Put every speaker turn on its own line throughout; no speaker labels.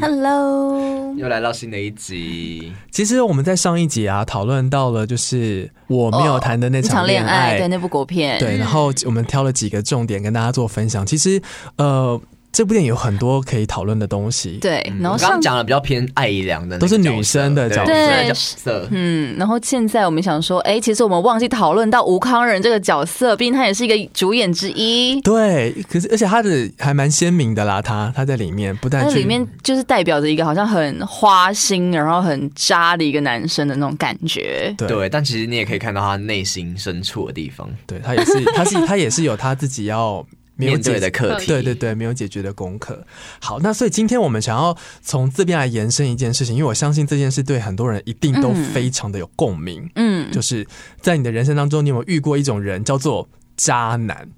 Hello，
又来到新的一集，
其实我们在上一集啊讨论到了，就是我没有谈的那场恋爱，
对哦那部国片，
对，然后我们挑了几个重点跟大家做分享。其实，呃，这部电影有很多可以讨论的东西。
对，然
嗯我
后
刚
上
刚讲的比较偏爱姨良的那个角色，
都是女生的角色
对女生
对
的角色，
嗯，然后现在我们想说，哎、其实我们忘记讨论到吴康仁这个角色，毕竟他也是一个主演之一。
对，可是而且她的还蛮鲜明的啦，她她在里面不
啊
他
但
在
去
里面就是代表着一个好像很花心，然后很渣的一个男生的那种感觉。
对
对，但其实你也可以看到她内心深处的地方，
对她也是 她是她也是有她自己要没有
面
解
对的课题，
对对对，没有解决的功课。好，那所以今天我们想要从这边来延伸一件事情，因为我相信这件事对很多人一定都
嗯
非常的有共鸣，
嗯，
就是在你的人生当中，你有没有遇过一种人叫做渣男？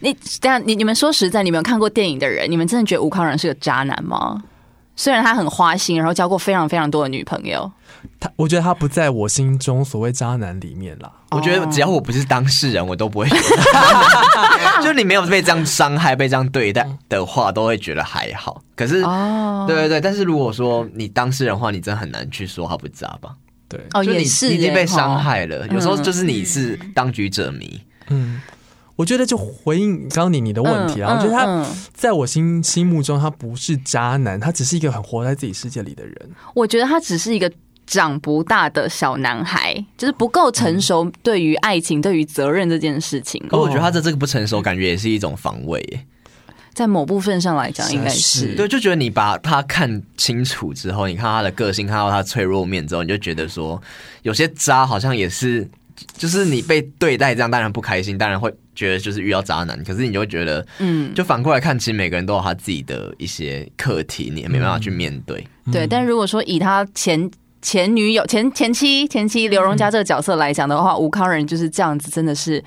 你等一下你你们说实在，你们有看过电影的人，你们真的觉得吴康仁是个渣男吗？虽然他很花心，然后交过非常非常多的女朋友，
他，我觉得他不在我心中所谓渣男里面啦。
我觉得只要我不是当事人，我都不
哦
会觉得。 就你没有被这样伤害、被这样对待的话，都会觉得还好。可是，
哦
对对对，但是如果说你当事人的话，你真的很难去说他不渣吧？
对，
哦，
就你
也是
你已经
耶
被伤。
哦嗯
害了。有时候就是你是当局者迷，
嗯，我觉得就回应刚刚你你的问题啦，
嗯
我觉得他
嗯嗯
在我心心目中他不是渣男，他只是一个很活在自己世界里的人。
我觉得他只是一个长不大的小男孩，就是不够成熟，对于爱情、对于责任这件事情，
可我觉得他的这个不成熟感觉也是一种防卫耶。
在某部分上来讲，应该
是
是
对，就觉得你把他看清楚之后，你看他的个性，看到他脆弱面之后，你就觉得说，有些渣好像也是，就是你被对待这样，当然不开心，当然会觉得就是遇到渣男，可是你就会觉得，
嗯，
就反过来看，其实每个人都有他自己的一些课题，你也没办法去面对。
嗯
对。但如果说以他前前女友、前前妻、前妻刘荣佳这个角色来讲的话，吴康仁就是这样子，真的是。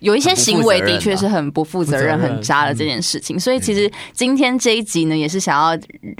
有一些
啊
行为的确是很不负责任、
很不负责任
很渣的这件事情，所以其
嗯
实今天这一集呢，也是想要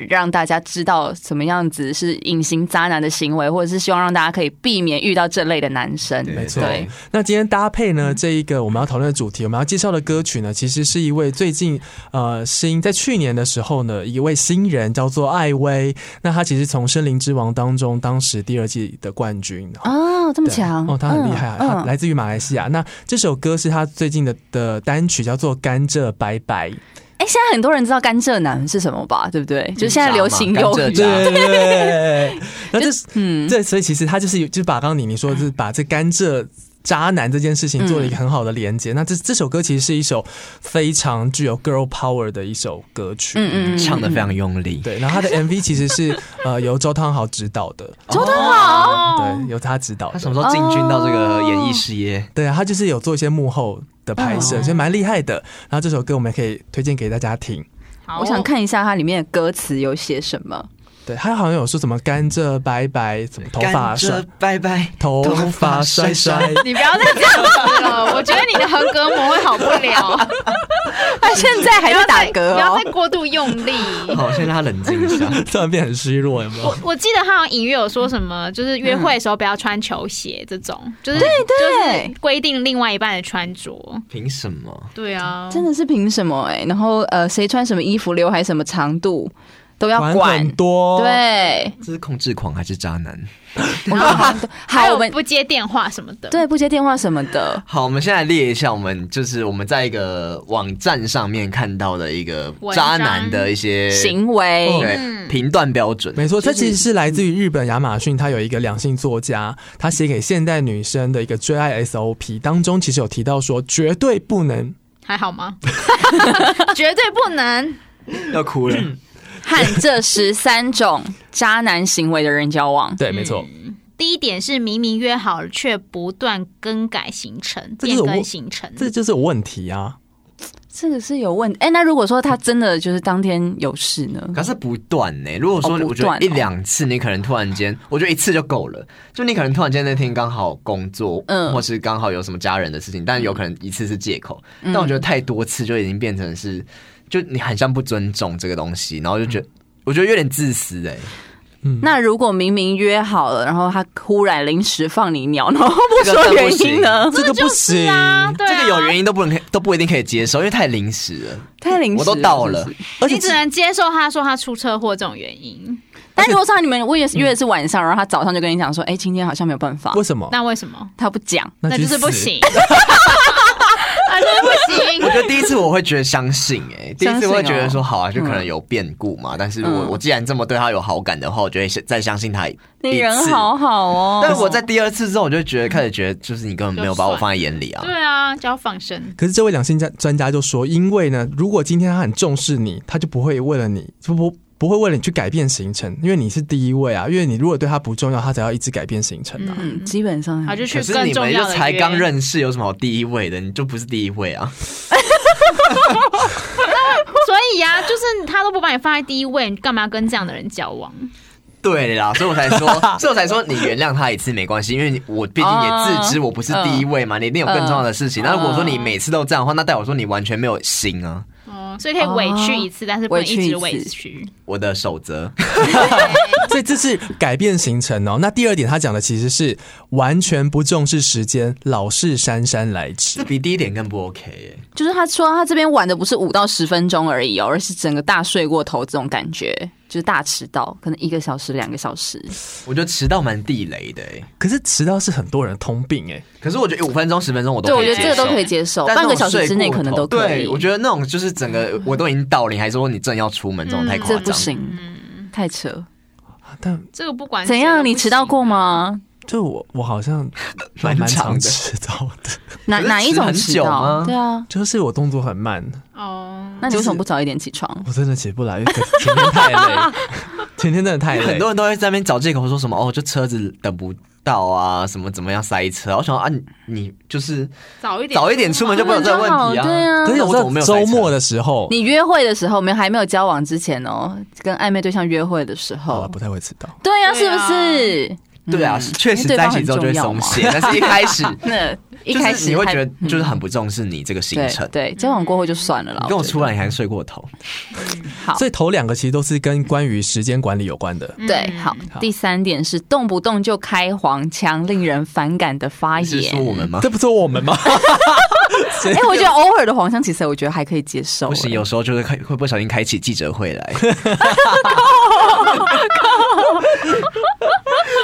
让大家知道什么样子是隐形渣男的行为，或者是希望让大家可以避免遇到这类的男生。
对
没错
对。
那今天搭配
嗯
呢，这一个我们要讨论的主题，我们要介绍的歌曲呢，其实是一位最近呃新在去年的时候呢，一位新人叫做艾薇。那他其实从《森林之王》当中，当时第二季的冠军。
哦，这么
对
强
哦，他很厉害啊，他
嗯，嗯
来自于马来西亚。那这首歌是他最近的的单曲，叫做《甘蔗拜拜》。
哎、现在很多人知道甘蔗男是什么吧？对不对？就现在流行
甘
用
蔗
语啊
渣。
对对对。那这是
嗯，
对，所以其实他就是有就是把刚刚你你说的，就是把这甘蔗渣男这件事情做了一个很好的连接。那这这首歌其实是一首非常具有 girl power 的一首歌曲。
嗯嗯嗯，
唱的非
嗯。
常用力，
对，然后他的 MV 其实是呃由周汤豪指导的，
周汤豪，
对，由他指导
哦他什
的。
么时候进军到这个演艺事业？
对啊，他就是有做一些幕后的拍摄，所以蛮厉害的。然后这首歌我们可以推荐给大家听。
好
我想看一下它里面的歌词有写什么。
对，他好像有说什么甘蔗白白，什么头发
甘
甩
蔗，拜拜，
头发甩甩。
你不要再这样子了，我觉得你的横膈膜会好不了，
他现在 还在打嗝
不要
哦。
再过度用 力。
好，先哦让他冷静 一下。
突然变很虚弱，有没有
我？我记得他好像隐约有说什么，就是约会的时候不要穿球鞋，这种就是对
哎对
就是规定另外一半的穿着。
凭什么？
对啊，
真的是凭什么、哎，然后呃，谁穿什么衣服，刘海什么长度都要
管
管
很。多，，
对，
这是控制狂还是渣男？
我觉得好像 都
还
好，我
有
们
不接电话什么的。
对不接电话什么的。
好，我们现在列一下，我们就是我们在一个网站上面看到的一个
文
渣
章
男的一些
行为，
对评断标准。
嗯
没错，这其实是来自于日本亚马逊，它有一个两性作家，他写给现代女生的一个追爱 SOP 当中，其实有提到说，绝对不能
还好 吗？绝对不能。
要哭了，
嗯和这十三种渣男行为的人交往。
对，没错，
第一点是明明约好了，却不断更改行程、
这就是
变
我
更行程。
这就是有问题啊。
这个是有问题。哎、那如果说他真的就是当天有事呢？
可是不断呢、如果说
哦不
我觉得
断
一
哦
两次，你可能突然间，我觉得一次就够了。就你可能突然间那天刚好工作，
嗯
或是刚好有什么家人的事情，但有可能一次是借口。
嗯
但我觉得太多次就已经变成是，就你很像不尊重这个东西，然后就觉
嗯
得。我觉得有点自私哎、
那如果明明约好了，然后他忽然临时放你鸟，然后不
这个
说
更不
原因呢？
这个
是
不行，
啊，对
这
啊，
个有原因都不能可以都不一定可以接受，因为太临时了。
太临时
我都到了
是不啊是
而且
你只能接受他说他出车祸这种原因，
但如果像你们，我也是约的是晚上，然后他早上就跟你讲说，哎、今天好像没有办法，
为
哦
什么？
那为什么？
他不讲。
那
那
去
就是不
死
行，那就是不行
我。觉得第一次我会觉得相信、 哎，第一次我会觉得
相信
说
哦
好啊，就可能有变故嘛。但是我、
嗯
我既然这么对他有好感的话，我就会再相信他一次。
你人好好哦，
但是我在第二次之后，我就觉得开始觉得，就是你根本没有把我放在眼里啊。
对啊，就要放生。
可是这位两性专专家就说，因为呢，如果今天他很重视你，他就不会为了你，就不不会为了你去改变行程，因为你是第一位啊。因为你如果对他不重要，他才要一直改变行程啊。
嗯，基本上
他就去
可是
更
你
重
们
要
就
的
才
约
刚，认识，有什么好第一位的？你就不是第一位啊！
所以呀、就是他都不把你放在第一位，你干嘛跟这样的人交往？
对啦，所以我才 说，所以我才说你原谅他一次没关系，因为你我毕竟也自知我不是第一位
嗯
嘛，你一定有更重要的事情。那如果说你每次都这样的话，那代表说你完全没有心啊。
哦，所以可以委屈一次，但是不能一直委屈。
我的守 则，
所以这是改变行程哦。那第二点，他讲的其实是完全不重视时间，老是姗姗来迟
这。比第一点更不 OK 耶、
就是他说他这边玩的不是五到十分钟而已哦，而是整个大睡过头这种感觉，就是大迟到，可能一个小时、两个小时。
我觉得迟到蛮地雷的、欸，
可是迟到是很多人的通病哎、
可是我觉得五分钟、十分钟我都
对，我
可以
觉
接
得这个
受
都可以接受，
但那
半
种
个小时之内
睡过
可能
头
都可以。嗯
对，我觉得那种就是整个我都已经到了，你还说你正要出门，这种太夸张
这
了。
不行，太扯。
但
这个不管
怎
谁都
样？
不
你迟到
行
过？吗？
就我我好像
蛮
蛮
长
常
的
迟到 的，
哪
可是
哪一种
很
迟
久
到
吗？
对啊，
就是我动作很慢，
哦，
那你为什么不早一点起床？
我真的起不来，因为前天太累， 前天真的太
因为
累，
很多人都会在那边找借口说什么哦，就车子等不到啊，什么怎么样塞车啊。我想说啊，你你就是
早一点
早一点出门就没有这个问题
那
啊。
对
可
啊。
是我
那我怎么没
在
有塞
周
车
末的时候，
你约会的时候，没有还没有交往之前哦，跟暧昧对象约会的时
好了，
候，
哦不太会迟到。
对啊，
对
是不
啊
是？
对啊，
嗯
确实
因为对
在一
方
起
很
之后就会
重要
松
嘛
懈，但是一开始
那 一
就
开
是
始
你会
还嗯
觉得就是很不重视你这个行
对
程。
对，交往过后就算了啦。
你跟我
我觉得
出来，你还睡过头，
好
所以头两个其实都是跟关于时间管理有关
嗯
的。
对，好。第三点是动不动就开黄腔，令人反感的发
你是
言
说。我们吗？
这不是我 们吗？
哎、我觉得偶尔的黄腔，其实我觉得还可以接受、
不行，
哎
有时候就是开会不小心开起记者会 来。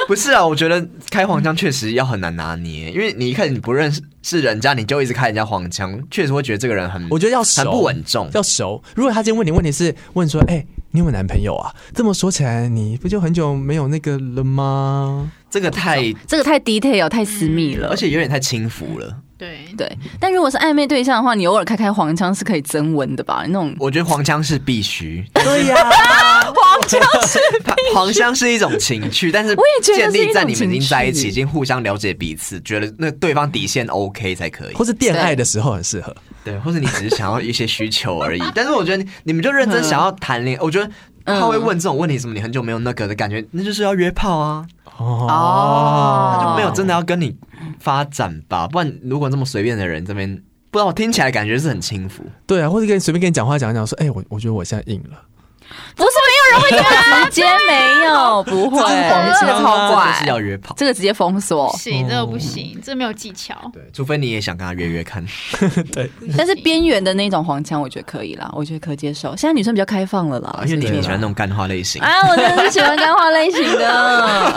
不是啊，我觉得开黄腔确实要很难拿捏，因为你一开始你不认识是人家，你就一直开人家黄腔，确实会觉得这个人很
我觉得要熟，
很不稳重。
要熟。如果他今天问你问题是问说，哎、你有没有男朋友啊？这么说起来，你不就很久没有那个了吗？
这个太
这个太 detail 太私密了，
而且有点太轻浮了。
对，
对。但如果是暧昧对象的话，你偶尔开开黄腔是可以增温的吧？那种
我觉得黄腔是必须，
对呀、
它 黄腔是一种情趣，但是
我也觉
建
得是一
立在
种
你们已
情
经在一
趣
起，已经互相了解彼此，觉得那对方底线 OK 才可以。
或是恋爱的时候很适合。
对，或者你只是想要一些需求而已。 但是我觉得你你们就认真想要谈恋爱，我觉得他会问这种问题，什么你很久没有那个的感觉，那就是要约炮啊，
哦
哦
就没有
哦
真的要跟你发展吧。不然如果这么随便的人这边，不知道我听起来感觉是很轻浮。
对啊，或者跟随便跟你讲话讲一讲，说，哎、我我觉得我现在硬了，
不是没有人会这啊 么直接，没有，不会，
这是黄
这个
腔啊
这就是
超
要
怪，
约炮。
这个直接封锁
不。行，这个不行，这没有技巧。
对，除非你也想跟他约约看，
对，
但是边缘的那种黄腔，我觉得可以啦，我觉得可接受。现在女生比较开放了啦，
而且你
是不是
很喜欢那种干话类型，
啊，我真的是喜欢干话类型 的。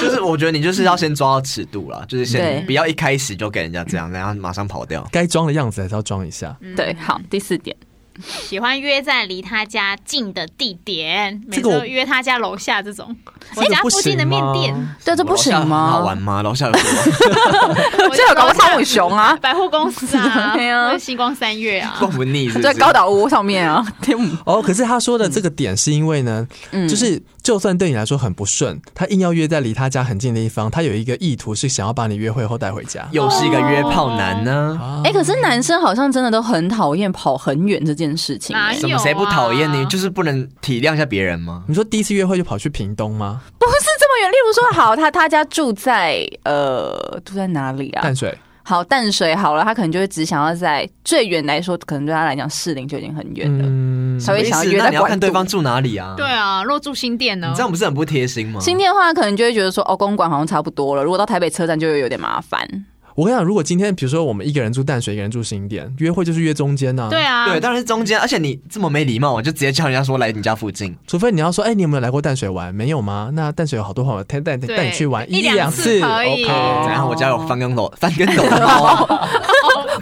就是我觉得你就是要先抓到尺度啦，就是先
对
不要一开始就给人家这样，然后马上跑掉。
嗯
该装的样子还是要装一下。
对，好，第四点，
喜欢约在离他家近的地点，每
这
次
个我
都约他家楼下这种，我
这个
家
不
附近的
行
面
吗
店，
对，这不行吗？
好玩吗？楼下有什么
我
这有搞
楼
不
下
汤姆熊啊，
百货公司啊，
对啊
或者星光三 月啊，
逛不腻是不是？
在高岛屋上面啊， 天母，
哦，可是他说的这个点是因为呢，
嗯
就是就算对你来说很不顺，他硬要约在离他家很近的地方，他有一个意图是想要把你约会后带回家。
又是一个约炮男呢。
啊
哎、可是男生好像真的都很讨厌跑很远这件事情、
哪
哎
有
怎么谁不讨厌
哦有
你？
啊
就是不能体谅一下别人吗？
你说第一次约会就跑去屏东吗？
不是这么远。例如说，好，他他家住在呃住在哪里啊
淡？水
好，淡水好了，他可能就会只想要在最远来说，可能对他来讲士林就已经很远了。
嗯，
稍微
没事
想要约
那
在
你要看
管
对
渡
方住哪里啊？
对，啊，若住新店呢
你这，样不是很不贴心吗？
新店的话，可能就会觉得说，哦，公馆好像差不多了。如果到台北车站，就会有点麻烦。
嗯
我跟你讲，如果今天比如说我们一个人住淡水，一个人住新店，约会就是约中间呐、
对，啊，
对，当然是中间，而且你这么没礼貌，我就直接叫人家说来你家附近。
除非你要说，哎、你有没有来过淡水玩？没有吗？那淡水有好多好玩，带带带你去玩
一两
两
次可以
哦
OK，
怎
然
样？
后
我家有翻跟斗， 翻跟斗的猫啊！
哦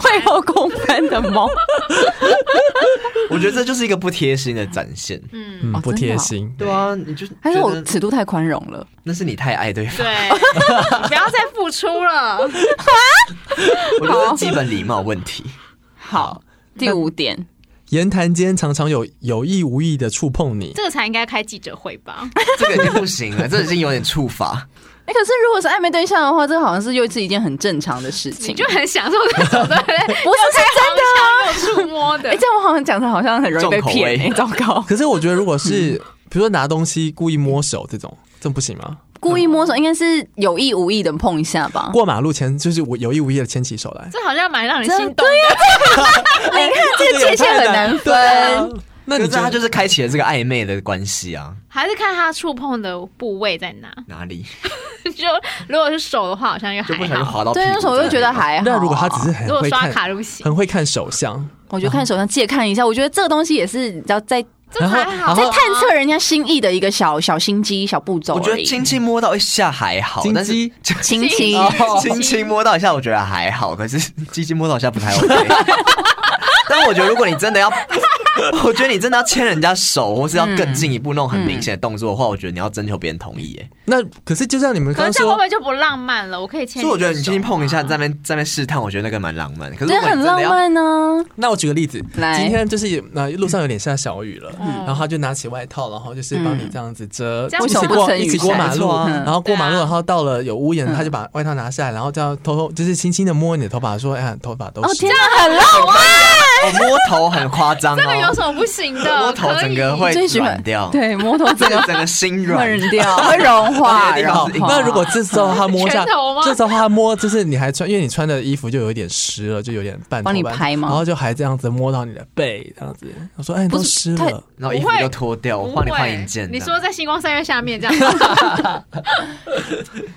会后空翻的 猫，
我觉得这就是一个不贴心的展现。
嗯，
嗯
哦
不
真的
贴
哦
心。
对啊，你就
还是
觉
我
得
尺度太宽容了？
那是你太爱对方，
对，啊 你不要再付出了。
我觉得是基本礼貌问题。
好，第五点，
言谈间常常有有意无意的触碰你，
这个才应该开记者会吧？
这个已经不行了，这已经有点触法。
哎、可是如果是暧昧对象的话，这好像是又是一件很正常的事
你
情，
就很享受那种对不对？
不是是真的。
又触摸的
哎、，这样我好像讲的好像很容易被
重口
骗、
味
哎，糟 糕！
可是我觉得，如果是
嗯
比如说拿东西故意摸手这种，这种不行吗？
故意摸手应该是有意无意的碰一下 吧？
过马路前就是我有意无意的牵起手来，
这好像蛮让人
真
心动。
你看这个
啊
界限很难分。
啊
那
可
你
是
觉
他
得
就是开启了这个暧昧的关系啊？
还是看他触碰的部位在哪。
哪里
就如果是手的话，好像又
就不小
还
心
好。
滑到？
对，那时候我就觉得。哎还好。啊
那如果他只是很
如果
会
刷
看，
卡就不行，
很会看手相，
我觉得看手相借看一下，我觉得这个东西也是你知道在
这
然后
还好。
然后
在探测人家心意的一个小小心机、小步骤
我觉
而
得
已。
轻轻摸到一下还好，
金
但是
鸡
亲亲，
轻轻摸到一下，我觉得还好，可是鸡鸡摸到一下不太 OK。但我觉得，如果你真的要，我觉得你真的要牵人家手，或是要更进一步那种很明显的动作的话，我觉得你要征求别人同意耶。
那可是就像你们
可
刚
是
刚
这样会
说
不，会就不浪漫了？我可以牵
所以我觉得你轻
的手
轻
啊
碰一下，在那边在那边试探，我觉得那个蛮浪漫的。可是
对，
如果你
很
真
浪
的要，
漫啊呢、
那我举个例子，
来
今天就是呃路上有点下小雨了，
嗯
然后他就拿起外套，然后就是帮你这样子遮，
这样为
一起
什么
不
过
撑雨
一起过
伞嗯
马路，
嗯
然后过马路，
对啊
然后到了有屋檐，他就把外套拿下来，然后这样偷偷就是轻轻的摸你的头发，说哎呀头发都
哦
是
天。哪，很浪
哦，摸头很夸张
这个有
哦，
什么不行的？
摸头整个
可以
会
最喜欢
软掉
漫，，对，摸头
这
整
个
个
整个心软
会。掉，会融化，
这个地
融
方
化
好
是，硬的
那如果这时候他摸下
拳头吗，
这时候他摸，就是你还穿，因为你穿的衣服就有一点湿了，就有点半
帮你
头半
拍吗
然后就还这样子摸到你的背，这样子，我说哎，
不
都
是
湿
太
了，
然后衣服就脱掉，我
不
帮你
会
换一件。
你
这
说
样
在星光三月下面这 样，哦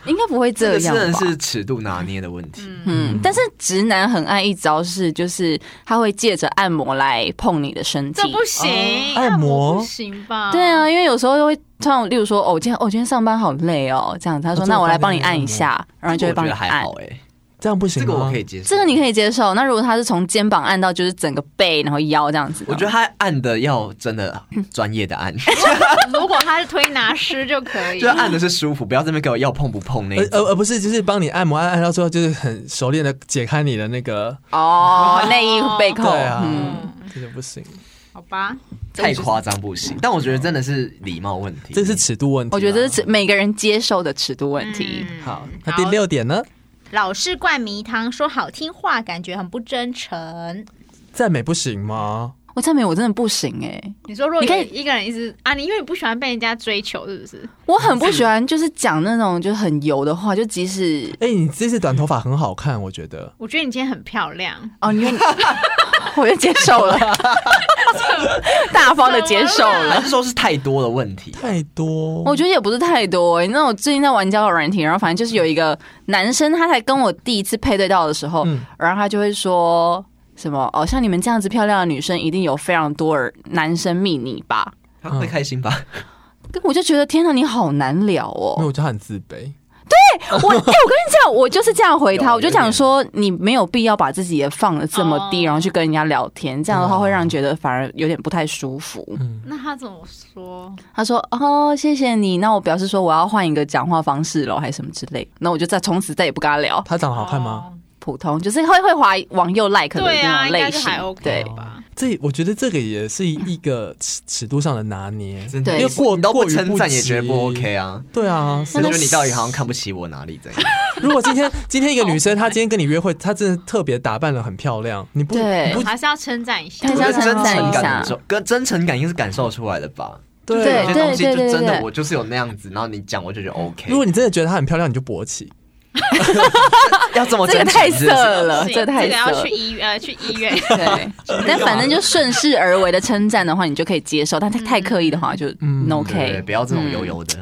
应该不会
这个
这
真
样
的
吧？
是尺度拿捏的问题。
嗯，但是直男很爱一招是，就是他会借着按摩来碰你的身体
这。不行，
哦
哎
按
按
摩
摩
不行
哦
吧？
对，啊，因为有时候会像，例如说，哦，我今天哦，我今天上班好累哦，这样他说，
哦
那我来帮你按一下，然后就会
我
帮
觉
你
得还
按
好。哎，
这样不行啊
这
吗？
个我可以接受。
这个你可以接受。那如果他是从肩膀按到就是整个背，然后腰这样子呢，
我觉得他按的要真的 专业的按，
如果他是推拿师就可 以
就。按的是舒服，不要这边给我要碰不碰那
而而
种。
而不是就是帮你按摩按按到最后就是很熟练的解开你的那个，
哦，内衣背扣，
对啊
嗯，
这就不行，
好吧，
太夸张不行，但我觉得真的是礼貌问题。
这是尺度问题。啊
我觉得这是尺每个人接受的尺度问题。
嗯
好。那第，六点呢？
老是灌迷汤，说好听话，感觉很不真诚。
赞美不行吗？
我赞美我真的不行哎、
你说，如果
你可以
有一个人一直啊，你因为你不喜欢被人家追求，是不是？
我很不喜欢就是讲那种就是很油的话，就即使
哎、你这次短头发很好看，我觉得。
我觉得你今天很漂亮，
哦，因为你 我就接受 了，大方的接受
还
了。
是说是太多的问题？
太多，
我觉得也不是太多、欸，那我最近在玩交友软体，然后反正就是有一个男生，他才跟我第一次配对到的时候，
嗯
然后他就会说什么哦，像你们这样子漂亮的女生，一定有非常多的男生蜜你吧？
嗯
他会开心吧？
我就觉得天哪，你好难聊哦
嗯
没有，。我觉得他很自卑。
我哎、我跟你讲，我就是这样回他，
有
我就讲说，你没有必要把自己也放的这么低，
哦
然后去跟人家聊天，这样
哦
的话会让人觉得反而有点不太舒服。
嗯
那他怎么说？
他说：“哦，谢谢你。”那我表示说我要换一个讲话方式咯，还是什么之类。那我就再从此再也不跟他聊。
他长得好看吗？
哦？
普通就是会会滑往右 like 的
对啊，
那
应
种
该
类
就
型
还，OK
对，
吧？
这我觉得这个也是一个尺尺度上的拿捏，
真的，
对
因为过
你
都
都不
不称赞
及
也觉得不 OK 啊。
对啊，
只
所
是
以
觉得你到底好像看不起我哪里 怎样？
如果今天今天一个女生，她今天跟你约会，她真的特别打扮的很漂亮，你不
对
你不
还是要称赞一下
还
我
是
觉
要
得
称
真
赞一
诚
下
感受，跟真诚感应该是感受出来的吧？
对
有些
啊
东西就
对对
真
对
的
对，
我就是有那样子，然后你讲我就觉得 OK。
如果你真的觉得她很漂亮，你就勃起。
要
哦
这么
啊这个
真诚
太
是
色
不是
了，
不行
这个太
这个要
色
去。医院，呃去医 院。
对，但反正就顺势而为的称赞的话，你就可以接受；但太太刻意的话，就
嗯
no
对对对
K。
不要这种油油的。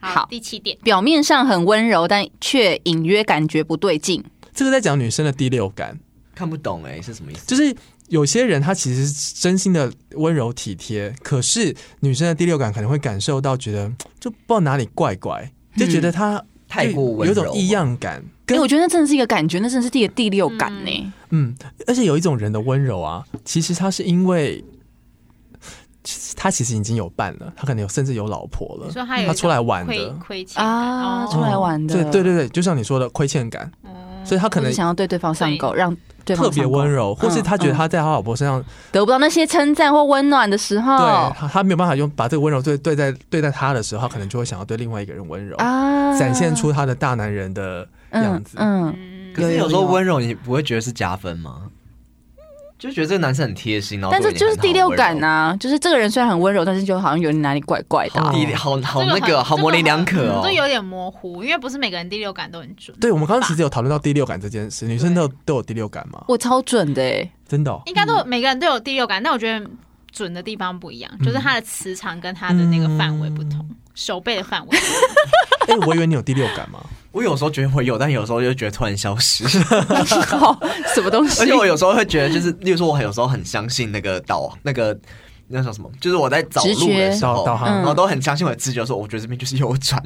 好
好，
第七点，
表面上很温柔，但却隐约感觉不对劲。
这个在讲女生的第六感，
看不懂哎、是什么意思？
就是有些人她其实是真心的温柔体贴，可是女生的第六感可能会感受到，觉得嗯就不知道哪里怪怪，就觉得她
嗯太过温
有
柔，啊
一种异。样感，
因
跟
为我觉得那真的是一个感觉，那真的是第第六感呢、
嗯，而且有一种人的温柔啊，其实他是因为他其实已经有伴了，他可能有甚至有老婆了，
你说他有一
他出来玩
亏
的。哦
亏欠
啊，
哦
出来玩的，
对对对对，就像你说的亏欠感，
哦
所以他可
或
能
是想要对对方上钩，让对方
特别
上钩
温柔，或是他
嗯
觉得他在他老婆身上，
得不到那些称赞或温暖的时候
对，他他没有办法用把这个温柔对对待对待他的时候，他可能就会想要对另外一个人温柔，
啊，
展现出他的大男人的样子。
嗯，嗯
嗯
可是
有
有时候
有有
温柔，你不会觉得是加分吗？就觉得这个男生很贴心，然后
但是
对你
就是
很好
第六感啊
温柔
呐、就是这个人虽然很温柔，但是就好像有点哪里怪怪的啊、
哦
第好好
这个
那
很
个好
这
模棱
很
两可
嗯
哦
这。有点模糊，因为不是每个人第六感都很准，
对，我们刚刚其实有讨论到第六感这件事，女生都有都有第六感吗？
我超准的、欸，
真的哦、
应该都有每个人都有第六感，但我觉得准的地方不一样，
嗯
就是它的磁场跟它的那个范围不
嗯
同，手背的范围。
哎、我以为你有第六感 吗？
我有时候觉得我有，但有时候又觉得突然消失。
靠，什么东西
而？且我有时候会觉得，就是例如说，我有时候很相信那个导那个。那叫什么？就是我在找路的时
直觉
候，
导导航
然后都很相信我的直觉，说我觉得这边就是右转。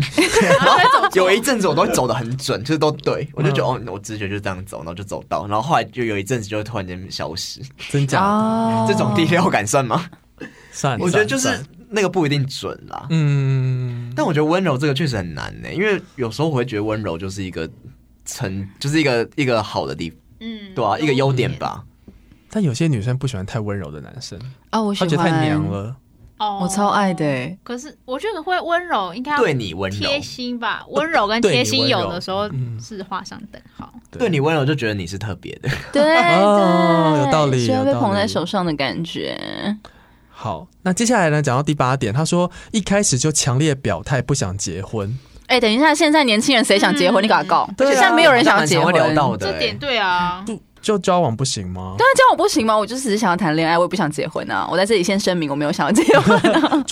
然后再走错
有一阵子我都会走的很准，就是都对，我就觉得哦，我直觉就是这样走，然后就走到，然后后来就有一阵子就会突然间消失。
真假的？
哦
这种第六感算吗？
算，
我觉得就
算
是那个不一定准啦。
嗯，
但我觉得温柔这个确实很难呢、因为有时候我会觉得温柔就是一个成，就是一个一个好的地方，
嗯，
对啊，一个优点吧。
但有些女生不喜欢太温柔的男生，
啊，我喜
她觉
欢，
得太娘，了。
哦
我超爱的、。 欸。
可是我觉得会温柔，应该要
对你温柔，
贴心吧，温柔跟贴心有的时候
哦对你温柔嗯
是画上等号。
对你温柔就觉得你是特别的。
对，
哦
对
有道理
需要被
有道理
捧在手上的感觉。
好，那接下来呢，讲到第八点，他说一开始就强烈表态不想结婚，
哎、等一下，现在年轻人谁想结婚？
嗯
你搞告，
对啊
现在没有人想要结
蛮常
婚。
会聊到的、
这点
欸。
对啊，
不就交往不行吗？
啊但是这样我不行吗？我就只是想要谈恋爱，我也不想结婚啊！我在这里先声明，我没有想要结 婚。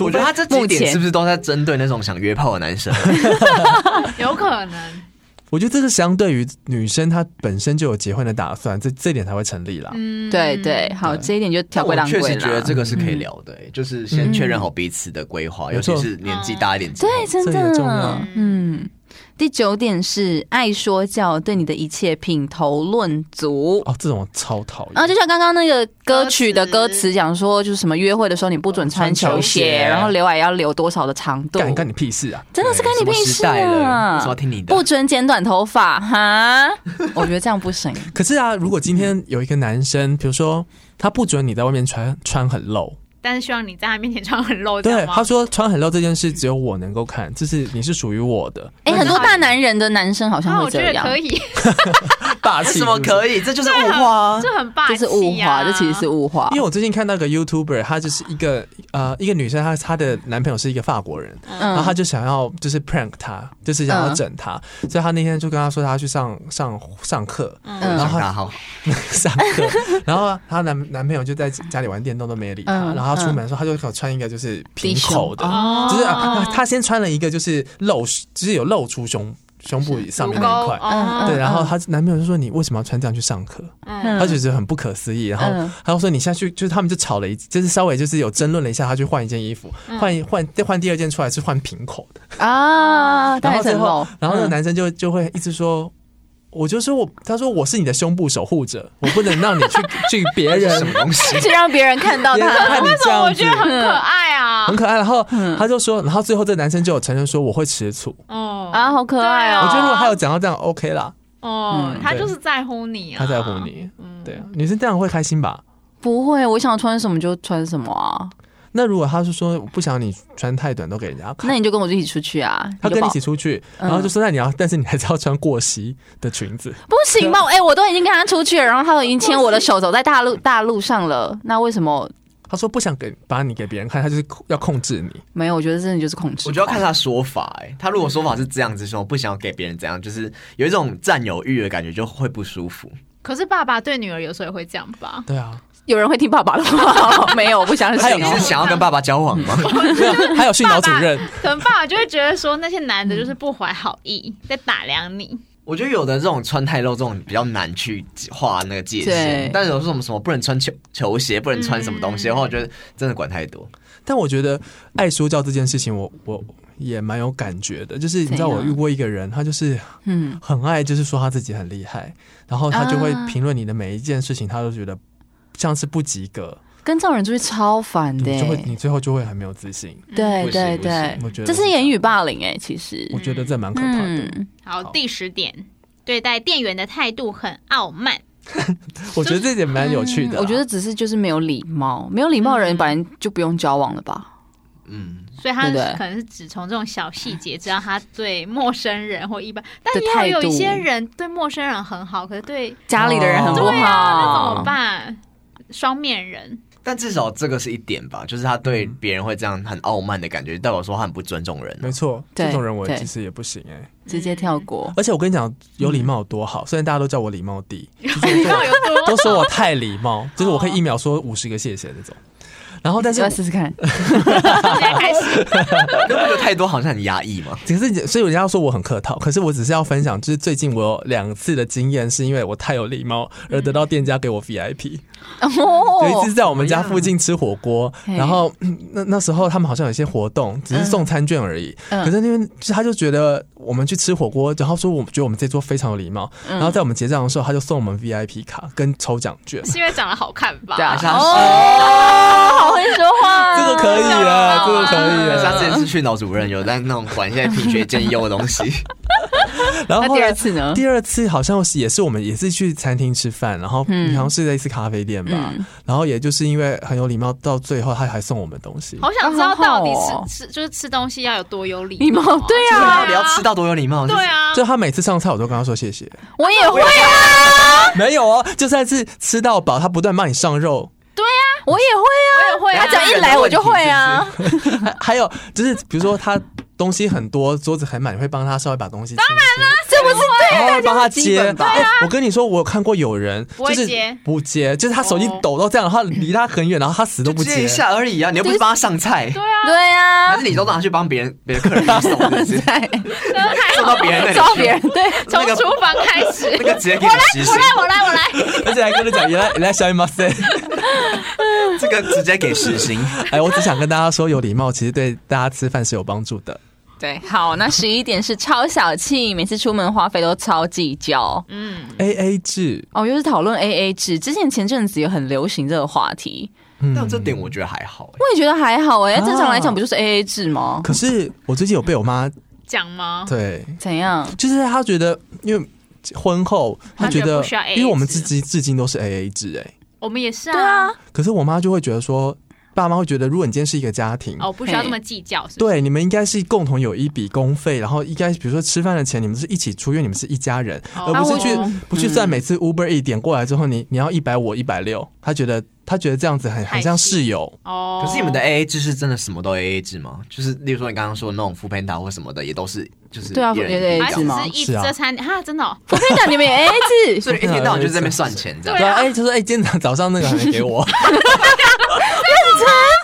我觉得他这
目
几
前
点是不是都在针对那种想约炮的男生？啊
嗯
有可能，
我觉得这是相对于女生她本身就有结婚的打算，这这点才会成立啦。
嗯，
对对，好，这一点就条规
我
当嗯
确
规
实觉得
了
这。个是可以聊的、欸就是先确认好彼此的规划，
嗯
尤其是年纪大一点之后。
对，真
这也重要
的，嗯。第九点是爱说教，对你的一切品头论足。
哦，这种我超讨厌。
然后就像刚刚那个歌曲的歌
歌
词
词
讲说，就是什么约会的时候你不准穿
穿
球
球
鞋，
鞋
然后刘海要留多少的长度，
干干你屁事啊！
真的是干你
什么
屁
时
事
代了，为什么
啊
要！听你的？
不准剪短头发 哈，我觉得这样不行。
可是啊，如果今天有一个男生，比如说他不准你在外面穿穿很露，
但是希望你在他面前穿很露，这
对
样吗
他说穿很露这件事只有我能够看，这是你是属于我的，
哎、
那
很
就
多
好
大男人的男生好像
啊，
会
我觉
这
得
样，
可以，
霸
这
气
怎么
是不是
可以？这就是物化、啊。
这很霸
这
气
是
啊！
物化，这其实是物化
因。为我最近看到一个 YouTuber，她就是一个呃一个女生，她她的男朋友是一个法国人，然后她
嗯，
就想要就是 prank 她，就是想要整她，所以她那天就跟她说她要去上上上课
嗯
然
然后
后他好，
上课，然后她男男朋友就在家里玩电动都没理她，
嗯
然后她出门的时候她就给我穿一个就是平口的，啊
哦
就是、啊、她她先穿了一个就是露，就是有露出胸胸部上面那一
沟
块。
嗯
哦，
对，然后她男朋友就说：“你为什么要穿这样去上课？”
嗯
她就觉得很不可思议。然后
嗯
她就说：“你下去就是他们就吵了一，就是稍微就是有争论了一下，她去换一件衣服，
嗯
换一换再换第二件出来是换平口的。
啊，
然
当
后
然
最
很
后
露，，
然后那个
嗯
男生就就会一直说。”我就说我，他说我是你的胸部守护者，我不能让你去去别人
什么东 西？啊
去让别人看到
别人
他，
看你这样
我
子
觉，得很可爱啊
很，可爱。然后他就说，然后最后这男生就有承认说我会吃醋。
哦
啊，好可爱
我
哦
觉！得如果他有讲到这样，OK 啦，
哦
嗯，
他
对
就是在乎你啊，
他在乎你。对啊，女生这样会开心吧？
不会，我想穿什么就穿什么啊。
那如果他是说不想你穿太短都给人家看，
那你就跟我一起出去啊！
他
就
跟你一
抱
起出去，然后就说那你要，但是你还是要穿过膝的裙子。
不行吧？哎、我都已经跟他出去了，然后他都已经牵我的手走在大路大路上了，那为什么
他说不想给把你给别人看，他就是要控制你。
没有？我觉得真的就是控制。
我就要看他说法、哎，他如果说法是这样子，说我不想要给别人怎样，就是有一种占有欲的感觉，就会不舒服。
可是爸爸对女儿有时候也会这样吧？
对啊，
有人会听爸爸的话，没有，我不相
他有
信
一
哦
次。想要跟爸爸交往吗？
没有啊还有训导主任，
可能爸爸就会觉得说那些男的就是不怀好意，在打量你。
嗯
我觉得有的这种穿太露这种比较难去画那个界限
对，
但有时候什么什么不能穿球球鞋，不能穿什么东西的话，我觉得真的管太多。
但我觉得爱说教这件事情我，我也蛮有感觉的。就是你知道，
怎
我
样
遇过一个人，他就是
嗯，
很爱，就是说他自己很厉害，然后他就会
啊
评论你的每一件事情，他都觉得像是不及格，
跟这种人出去超烦的、
你就会你最后就会很没有自信。
对
不行
对
不
嗯对
我，觉得
这是言语霸凌哎、其实
我。觉得这蛮可怕的。
嗯，
好，
好
第十点，对待店员的态度很傲慢。
我觉得这点蛮有趣的
嗯
啦。啊嗯
我觉得只是就是没有礼貌，没有礼貌的人本来就不用交往了吧？
嗯，
所以他
对不对
可能是只从这种小细节知道他对陌生人或一般，但
的
也有
态
有一
度
些人对陌生人很好，可是对啊
家里的人很不好，
对
那怎么办？双面人，
但至少这个是一点吧，就是他对别人会这样很傲慢的感觉，代表说他很不尊重人啊、
没错，
对
这种人我
对
其实也不行哎、
直接跳过。
而且我跟你讲，有礼貌有多好，虽然大家都叫我礼貌弟，就是
你知道
我
有
嗯
多
都说我太礼 貌，就是我可以一秒说五十个谢谢那种。然后，但是
我要试试看，
现在开始，
那不觉得太多好像很压抑吗？
只是，所以人家说我很客套，可是我只是要分享，就是最近我有两次的经验，是因为我太有礼貌而得到店家给我 VIP。有一次
哦
是，在我们家附近吃火锅，
哎呀
然后嗯那那时候他们好像有一些活动，只是送餐券而已。
嗯
可是那边就他就觉得我们去吃火锅，然后说我们觉得我们这桌非常有礼貌，
嗯
然后在我们结账的时候，他就送我们 VIP 卡跟抽奖 券。
是因为长得好看吧？
对啊
还是他
哦，好会说话，
这个可以啊，这个可以
还是他之前
啊。
是训导主任有在那种管一些品学兼优的东西，
然后
那
后
第
来
二次呢？
第二次好像是也是我们也是去餐厅吃饭，然后
嗯
好像是在一次咖啡店吧，
嗯
然后也就是因为很有礼貌，到最后他还送我们东西。
好想知道到底吃、
啊好好哦
吃就是吃东西要有多有礼
礼貌
貌，
对啊
到底要吃到多有礼貌？就是
对啊，
就他每次上菜，我都跟他说谢谢。
我也会啊，
没有哦，就算是吃到饱，他不断帮你上肉，
我也会啊，我也会
啊
他只要一来我就会啊，
还还有就是比如说他东西很多，桌子很满，你会帮他稍微把东西当然了，
这不是对
然后会帮他
基
接
本。吧
哎我跟你说，我有看过有人
不会
就是
接
不接，就是他手机抖到这样，然后离他很远，然后他死都 不
就接一下而已啊，你又不是帮他上菜，
对
还
啊
是，你都拿去帮别人别的客人送，是 不是
真的太
送到别人那里去
招啊别人对，
从
那个
厨房开始，
那个直接给你实行，
我来我来，
而且还跟他讲，原来原来小姨妈塞。
这个直接给实行。
嗯
哎，我只想跟大家说，有礼貌其实对大家吃饭是有帮助的。
对，好，那十一点是超小气，每次出门花费都超计较。
嗯，
A A 制，
哦，又是讨论 A A 制，之前前阵子也很流行这个话题，
嗯
但这点我觉得还好、欸，
我也觉得还好哎、
啊
正常来讲不就是 A A 制吗？
可是我最近有被我妈
讲吗？
对，
怎样？
就是她觉得因为。婚后，她
她觉
觉
得
得
不需要，AA
因为我们至
制
今至今都是 A A 制，哎，
我们也是啊，
对啊，
可是我妈就会觉得说，爸妈会觉得，如果你今天是一个家庭，
哦，不需要这么计较，是不是？
嗯对，你们应该是共同有一笔公费，然后应该比如说吃饭的钱，你们是一起出，因为你们是一家人，
哦
而不是去、
啊我
不去算每次 Uber 一点过来之后，你你要一百我一百六，他觉得他觉得这样子很
太
很像
细
室友，
哦，
可是你们的 AA 制是真的什么都 AA 制吗？就是例如说你刚刚说的那种副 panda 或什么的，也都是就是
对啊
一人一
对
个
还
对
只
对
奖，
是一
是啊
这餐哈，真的哦
我跟你讲，你们也 A A 制，
所以一天到晚就在那边算钱这样。
对啊，哎、就说哎、今天早上那个还没给 我，啊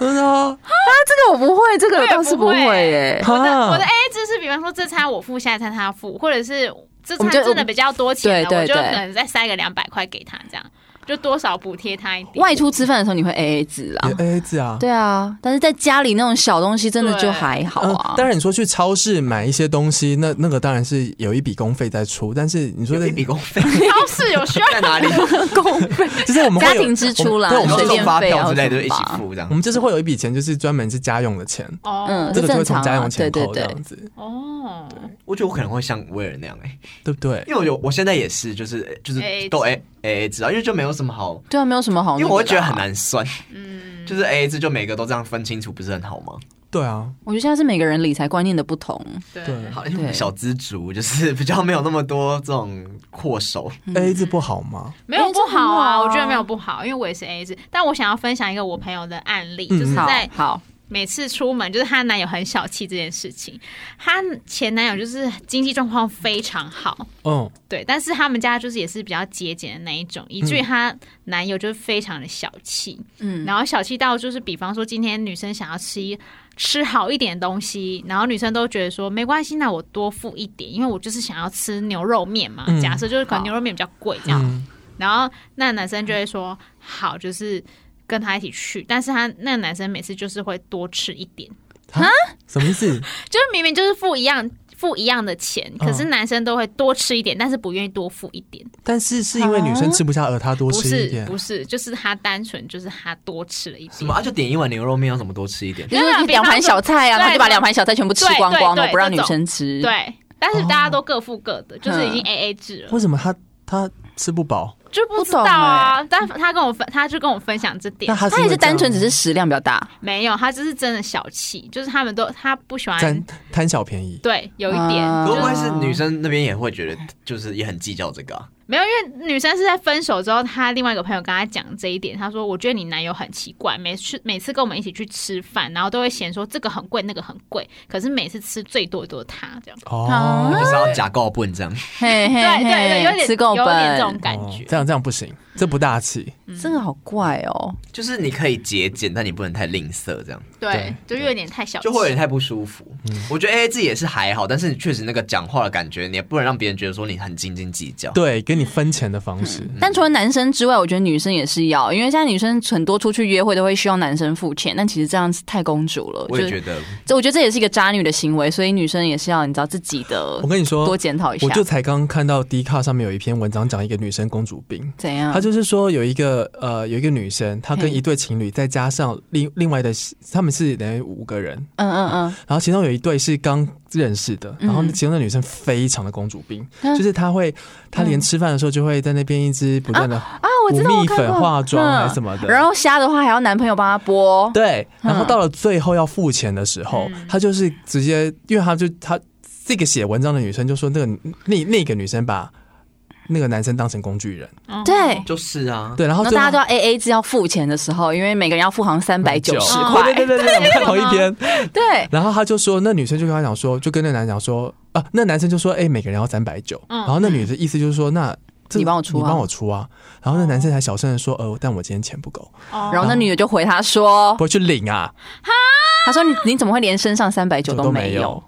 真的啊，
这个我不会，这个
我
我
也
倒是
不
不
会
会耶、
我的
哈
我的 A A 制是比比方说这餐我付，下一餐他付，或者是这
我
餐
们就
真的比较多钱了，
对对
我就
对
可能再塞个两百块给他，这样就多少补贴他一点。
外出吃饭的时候你会 A A 制啦
也，A A 制啊。
对啊，但是在家里那种小东西真的就还好
嗯
啊，。
呃
当然你说去超市买一些东西，那那个当然是有一笔公费在出，但是你说
有
啊
的
一笔公费
超市 有需要
在哪里？
公费
就是我们会
家
有
庭支出啦，
我
然
们
后
对
送
水
我们
电
发
费啊
票之类
什
就
么
一起
吧
付这
我
样。
们就是会有一笔钱，就是专门是家用的钱，
嗯
哦
这个就会
正常
从
啊
家用
对
钱
对
扣这
对
样子，
哦，
我觉得我可能会像威尔那样哎、
对不对？
因为我有我现在也是，就是就是
AA
都 A A 制啊，因为就没有什么好，
对啊，没有什么好那
因为
个的啊，
我会觉得很难算，
嗯，
就是 A A 制就每个都这样分清楚，不是很好吗？
对啊，
我觉得现在是每个人理财观念的不同，
对
对
好，因为我
对
小资族就是比较没有那么多这种阔手，
嗯
，A A 制不好吗？
没有不好啊，
哎这很好啊
我觉得没有不好，因为我也是 A 制，但我想要分享一个我朋友的案例，
嗯
就是
好
在
好，
每次出门，就是她男友很小气这件事情，她前男友就是经济状况非常好，
嗯，
对，但是他们家就是也是比较节俭的那一种，以至于她男友就是非常的小气，
嗯，
然后小气到就是，比方说今天女生想要吃一吃好一点东西，然后女生都觉得说没关系，那我多付一点，因为我就是想要吃牛肉面嘛，
嗯
假设就是可能
好
牛肉面比较贵这样，
嗯，
然后那男生就会说好，就是跟他一起去，但是他那个男生每次就是会多吃一点，
什么意思？
就是明明就是付一样付一样的钱，
嗯
可是男生都会多吃一点，但是不愿意多付一点，
但是是因为女生吃不下，而他多
不
吃一
是
点，
啊
不是，就是他单纯就是他多吃了一
什
点
么。啊就点一碗牛肉面，要怎么多吃一点？
就是你两盘小菜啊，
对
然后就把两盘小菜全部吃光光
对
了
对，对
不让女生吃。，
对，但是
哦
大家都各付各的，就是
嗯
已经 A A 制了，
为什么他他吃不饱？
就不知道啊。但他跟我分，他就跟我分享这点
欸那，他
他也
因为
是单纯
这
只
样
是食量比较大，
没有，他就是真的小气，就是他们都他不喜欢
贪，贪小便宜，
对，有一点
啊
会
就
不
是
会是女生那边也会觉得，就是也很计较这个、啊？
没有，因为女生是在分手之后，她另外一个朋友跟她讲这一点，她说：“我觉得你男友很奇怪，每次每次跟我们一起去吃饭，然后都会嫌说这个很贵，那个很贵，可是每次吃最多的都是他这样。
哦
啊
就是要假告笨这样，
嘿”嘿
对对对，有
嘿，
点
吃够
有点这种嗯
本，
感
哦
觉。
这样这样不行，这不大气。
真的好怪哦。
就是你可以节俭，但你不能太吝啬，这样
嗯
对，就有点太小气，
就会有点太不舒服。
嗯
我觉得 A A 制也是还好，但是确实那个讲话的感觉，你也不能让别人觉得说你很斤斤计较。
对，给你分钱的方式，
但除了男生之外，我觉得女生也是要，因为现在女生很多出去约会都会需要男生付钱，但其实这样是太公主了。
我也觉
得，
得，
这我觉得这也是一个渣女的行为，所以女生也是要你知道自己的
我跟你说，
多检讨一下
我，就才刚看到 D 卡上面有一篇文章讲一个女生公主病。
怎样
她？就是说有一个呃有一个女生，她跟
嗯嘿
一对情侣，再加上另另外的，他们是等于五个人，
嗯嗯嗯，
然后其中有一对是刚认识的，然后
嗯
其中的女生非常的公主病，
嗯
就是她会她连吃饭的时候就会在那边一直不断的
啊，我知道
抹
我
蜜
看
粉、
过
化妆还是什
么
么的，
然后虾的话还要男朋友帮她剥，
对，然后
嗯
到了最后要付钱的时候，
嗯
她就是直接，因为她就她这个写文章的女生就说那个那那个女生把那个男生当成工具人，
嗯
对
就是啊，
对，然后
然后
最
大
后
家都要 A A 制要付钱的时候，因为每个人要付好像三百九十
嗯
块，
啊对对对对， 我们看同一篇，
对，
然后他就说，那女生就跟他讲说，就跟那男生讲说，啊，那男生就说，哎、每个人要三百九，
嗯
然后那女的意思就是说，那这
你帮我出啊
你帮我出啊，然后那男生还小声的说，呃，但我今天钱不够，
哦
然后那女的就回他说
不，会去领啊，
哦他说你你怎么会连身上三百九都没有？。
干嘛啊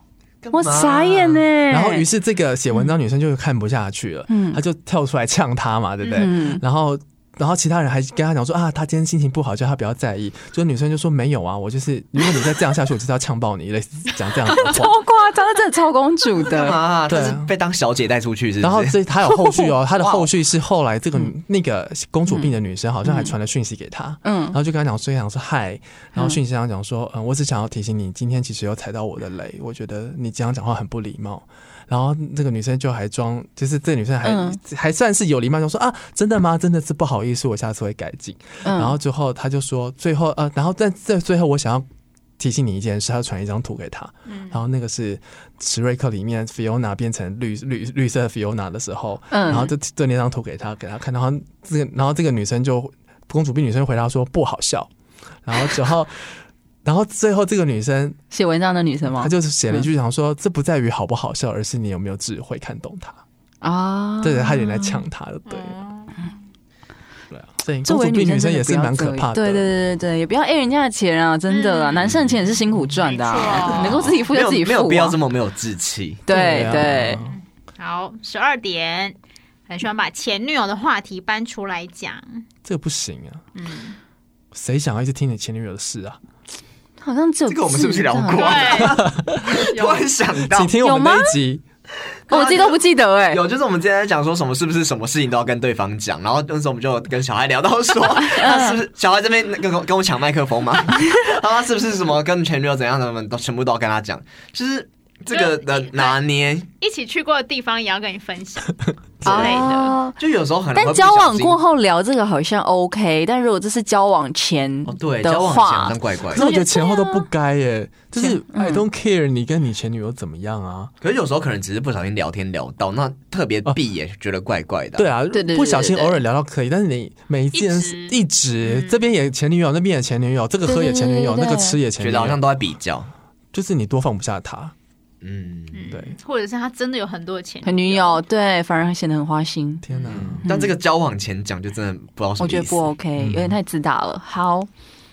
我傻眼欸呢。
然后于是这个写文章女生就看不下去了，
嗯
她就跳出来呛他嘛，对不对？
嗯，
然后。然后其他人还跟他讲说啊，他今天心情不好，叫他不要在意。就女生就说没有啊，我就是如果你再这样下去，我就是要呛爆你，类似讲这样的话
超。夸张，真的超公主
干嘛
的。
啊？
对
就
啊
是被当小姐带出去，是不是？哦
然后这他有后 续哦，他的
哇
后续是后来这个女那个公主病的女生好像还传了讯息给他，
嗯
然，后就跟他讲说想说嗨，
嗯
然后讯息上讲说嗯，我只想要提醒你，今天其实有踩到我的雷，我觉得你这样讲话很不礼貌。然后这个女生就还装，就是这个女生还、
嗯
还算是有礼貌，就说啊，真的吗？真的是不好意思，我下次会改进。
嗯
然后之后他就说，最后呃，然后但在最后我想要提醒你一件事，他传一张图给他，
嗯
然后那个是史瑞克里面 Fiona 变成绿绿绿色 Fiona 的时候，
嗯
然后就对那张图给他给他看，然后这个然后这个女生就公主病女生回答说不好笑，然后之后。 然后最后，这个女生
写文章的女生吗
她？就是写了一句，想说这不在于好不好笑，而是你有没有智慧看懂它。
啊，哦
对，她有点在呛她的，对。啊所以
作
公
为
主
女
病女生
真的
也是
不要
蛮
这
可
样
怕的。
对对对对对，也不要 A 人家的钱啊，真的啊，
嗯
男生的钱也是辛苦赚的
没
啊，
错
能够自己付
没
就
有
自己付、啊
没有必要这么没有志 气。
对
啊
对，
好，十二点，很喜欢把前女友的话题搬出来 讲。
这个不行啊！
嗯，
谁想要一直听你前女友的事啊？
好像只有
这个我们是不是
自己
聊
这样
过
对，
突然想到
请，听我们那一集，
哦我自己都不记得哎、
有，就是我们之前在讲说什么是不是什么事情都要跟对方讲，然后那时候我们就跟小孩聊到说，
嗯
他是不是小孩这边跟我跟我抢麦克 风嘛，然后他是不是什么跟前女友怎样怎么都全部都要跟他讲，就是这个的拿捏
一起去过的地方也要跟你分享之类的。
哦，
就有时候很
但交往过后聊这个好像 OK，但如果这是交往前
哦，对，
的
交往前好
话
像，怪怪的，
可是我觉得前后都不该耶，就
前
是
嗯
I don't care 你跟你前女友怎么样啊？
可是有时候可能只是不小心聊天聊到，那特别避也觉得怪怪的。
哦
对啊
对对对，
不小心
对对
偶尔聊到可以，但是你每一件
一
事
直
一直
嗯
这边也前女友，那边也前女友，这个喝也前女友，
对对对对
那个吃也前
觉
女
得好像
友，
都在比较，
就是你多放不下他。
嗯，
嗯
对，
或者是他真的有很多的前
很女友对，反而显得很花心，
天哪！
嗯
但这个交往前讲就真的不知道什
我
么
觉
意
得不
思。
嗯
OK，有点太自大了。好。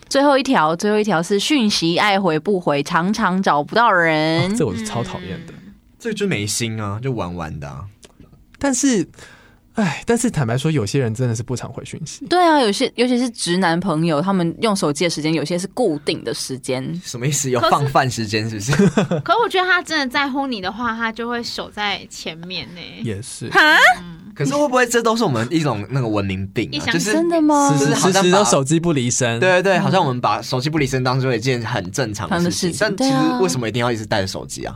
最后一条，最后一条是讯息爱回不回，常常找不到人
哦。这我是超讨厌的。
这个就没心啊，就玩玩的、啊。
但是，哎，但是坦白说，有些人真的是不常回讯息。
对啊，有些尤其是直男朋友，他们用手机的时间有些是固定的时间。
什么意思？有
可是
放饭时间是不是？
可我觉得他真的在乎你的话，他就会守在前面呢。
也是，
啊
哈，
可是会不会这都是我们一种那个文明病
一
啊？
厢
就
情
是
真的吗？
是
时时
好
时
像
时
把
都手机不离身。
对对对，好像我们把手机不离身当做一件很正常
常的
的
事
事
情
情，但
对
其
啊
实为什么一定要一直带着手机啊？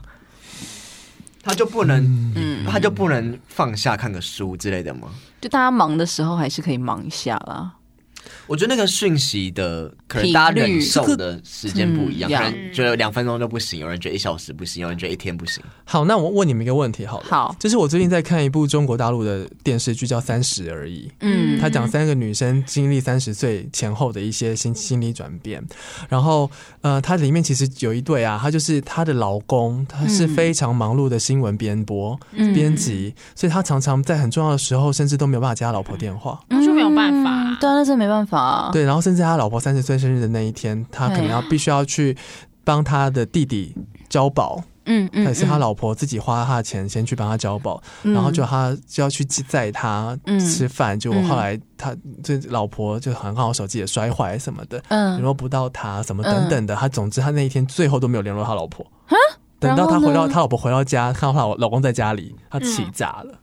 他就不能，
嗯
他就不能放下看个书之类的吗？
就大家忙的时候还是可以忙一下啦。
我觉得那个讯息的可
频
能大家
率
忍受的时间不一样，
这
可
个
能觉得两分钟就不行，有人觉得一小时不行，有人觉得一天不行。
好，那我问你们一个问题好了。
好
就是我最近在看一部中国大陆的电视剧，叫《三十而已》。
嗯，
他讲三个女生经历三十岁前后的一些心心理转变，然后呃，它里面其实有一对啊，她就是她的老公，他是
嗯
非常忙碌的新闻编播、
嗯
编辑，所以他常常在很重要的时候，甚至都没有办法接他老婆电话。
那就没有办法啊
对啊，那是没办法啊。
对，然后甚至他老婆三十岁生日的那一天，他可能要必须要去帮他的弟弟交保，
嗯，嗯嗯，
也是他老婆自己花他的钱先去帮他交保，
嗯，
然后就他就要去载他
嗯
吃饭，就
嗯
后来他这老婆就很好，手机也摔坏什么的，联
嗯，
络不到他什么等等的，他总之他那一天最后都没有联络他老婆。等
然
到
后
他
呢
回到他老婆回到家，看到他老老公在家里，他气
嗯
炸了。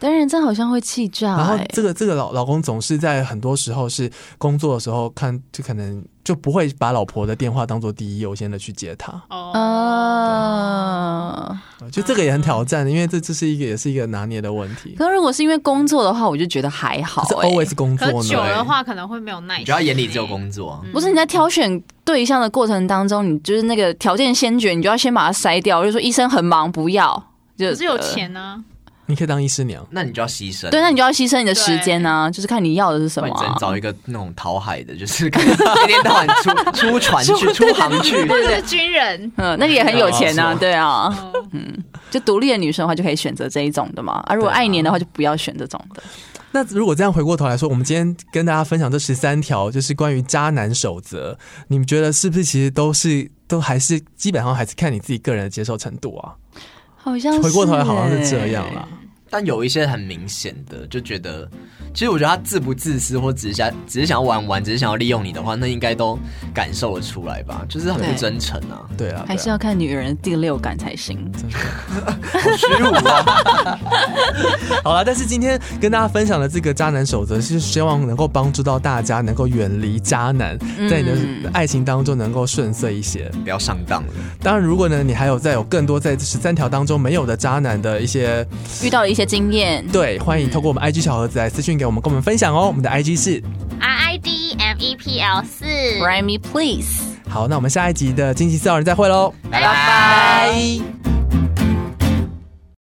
当然这样好像会气炸、
然后
欸。
这个这个老老公总是在很多时候是工作的时候看，就可能就不会把老婆的电话当做第一优先的去接他。
哦，
呃，
就这个也很
啊
挑战，因为这这是一个也是一个拿捏的问题。
可是如果是因为工作的话，我就觉得还好、
可是
欸。
always 工
可
作
久
呢，
的话可能会没有耐
你
心。
觉得他眼里只有，工作啊，
嗯
不是你在挑选对象的过程当中，你就是那个条件先决，你就要先把它筛掉。就说医生很忙，不要。就
可是有
呃
钱啊呢。
你可以当医师娘。
那你就要牺牲。
对，那你就要牺牲你的时间啊，就是看你要的是什
不
么
然
啊、
只能找一个那种讨海的，就是可以 一天到晚出出船去、出航去。
或者是军人。
嗯，那个也很有钱啊，
哦
对啊，
哦
就独立的女生的话就可以选择这一种的嘛，啊，如果
对啊
爱黏的话就不要选这种的。
那如果这样回过头来说，我们今天跟大家分享这十三条，就是关于渣男守则，你们觉得是不是其实都是都还是基本上还是看你自己个人的接受程度啊？
好像
回过头来好像
欸
是这样啦。
但有一些很明显的，就觉得，其实我觉得他自不自私，或只是想只是想要玩玩，只是想要利用你的话，那应该都感受得出来吧？就是很
对
不真诚啊，
对啊，
还是
对啊
要看女人的第六感才行。
真的
好虚无 啊！
好了，但是今天跟大家分享的这个渣男守则，是希望能够帮助到大家能够远离渣男，
嗯
在你的爱情当中能够顺遂一些。
不要上当了，
当然，如果呢你还有再有更多在十三条当中没有的渣男的一些
遇到了一些经验，
对，欢迎透过我们 IG 小盒子来私讯给我们，跟我们分享哦。我们的 IG 是
R 啊 I D M E P L 四
r i m e please。
好，那我们下一集的惊奇四号人再会喽。
拜拜。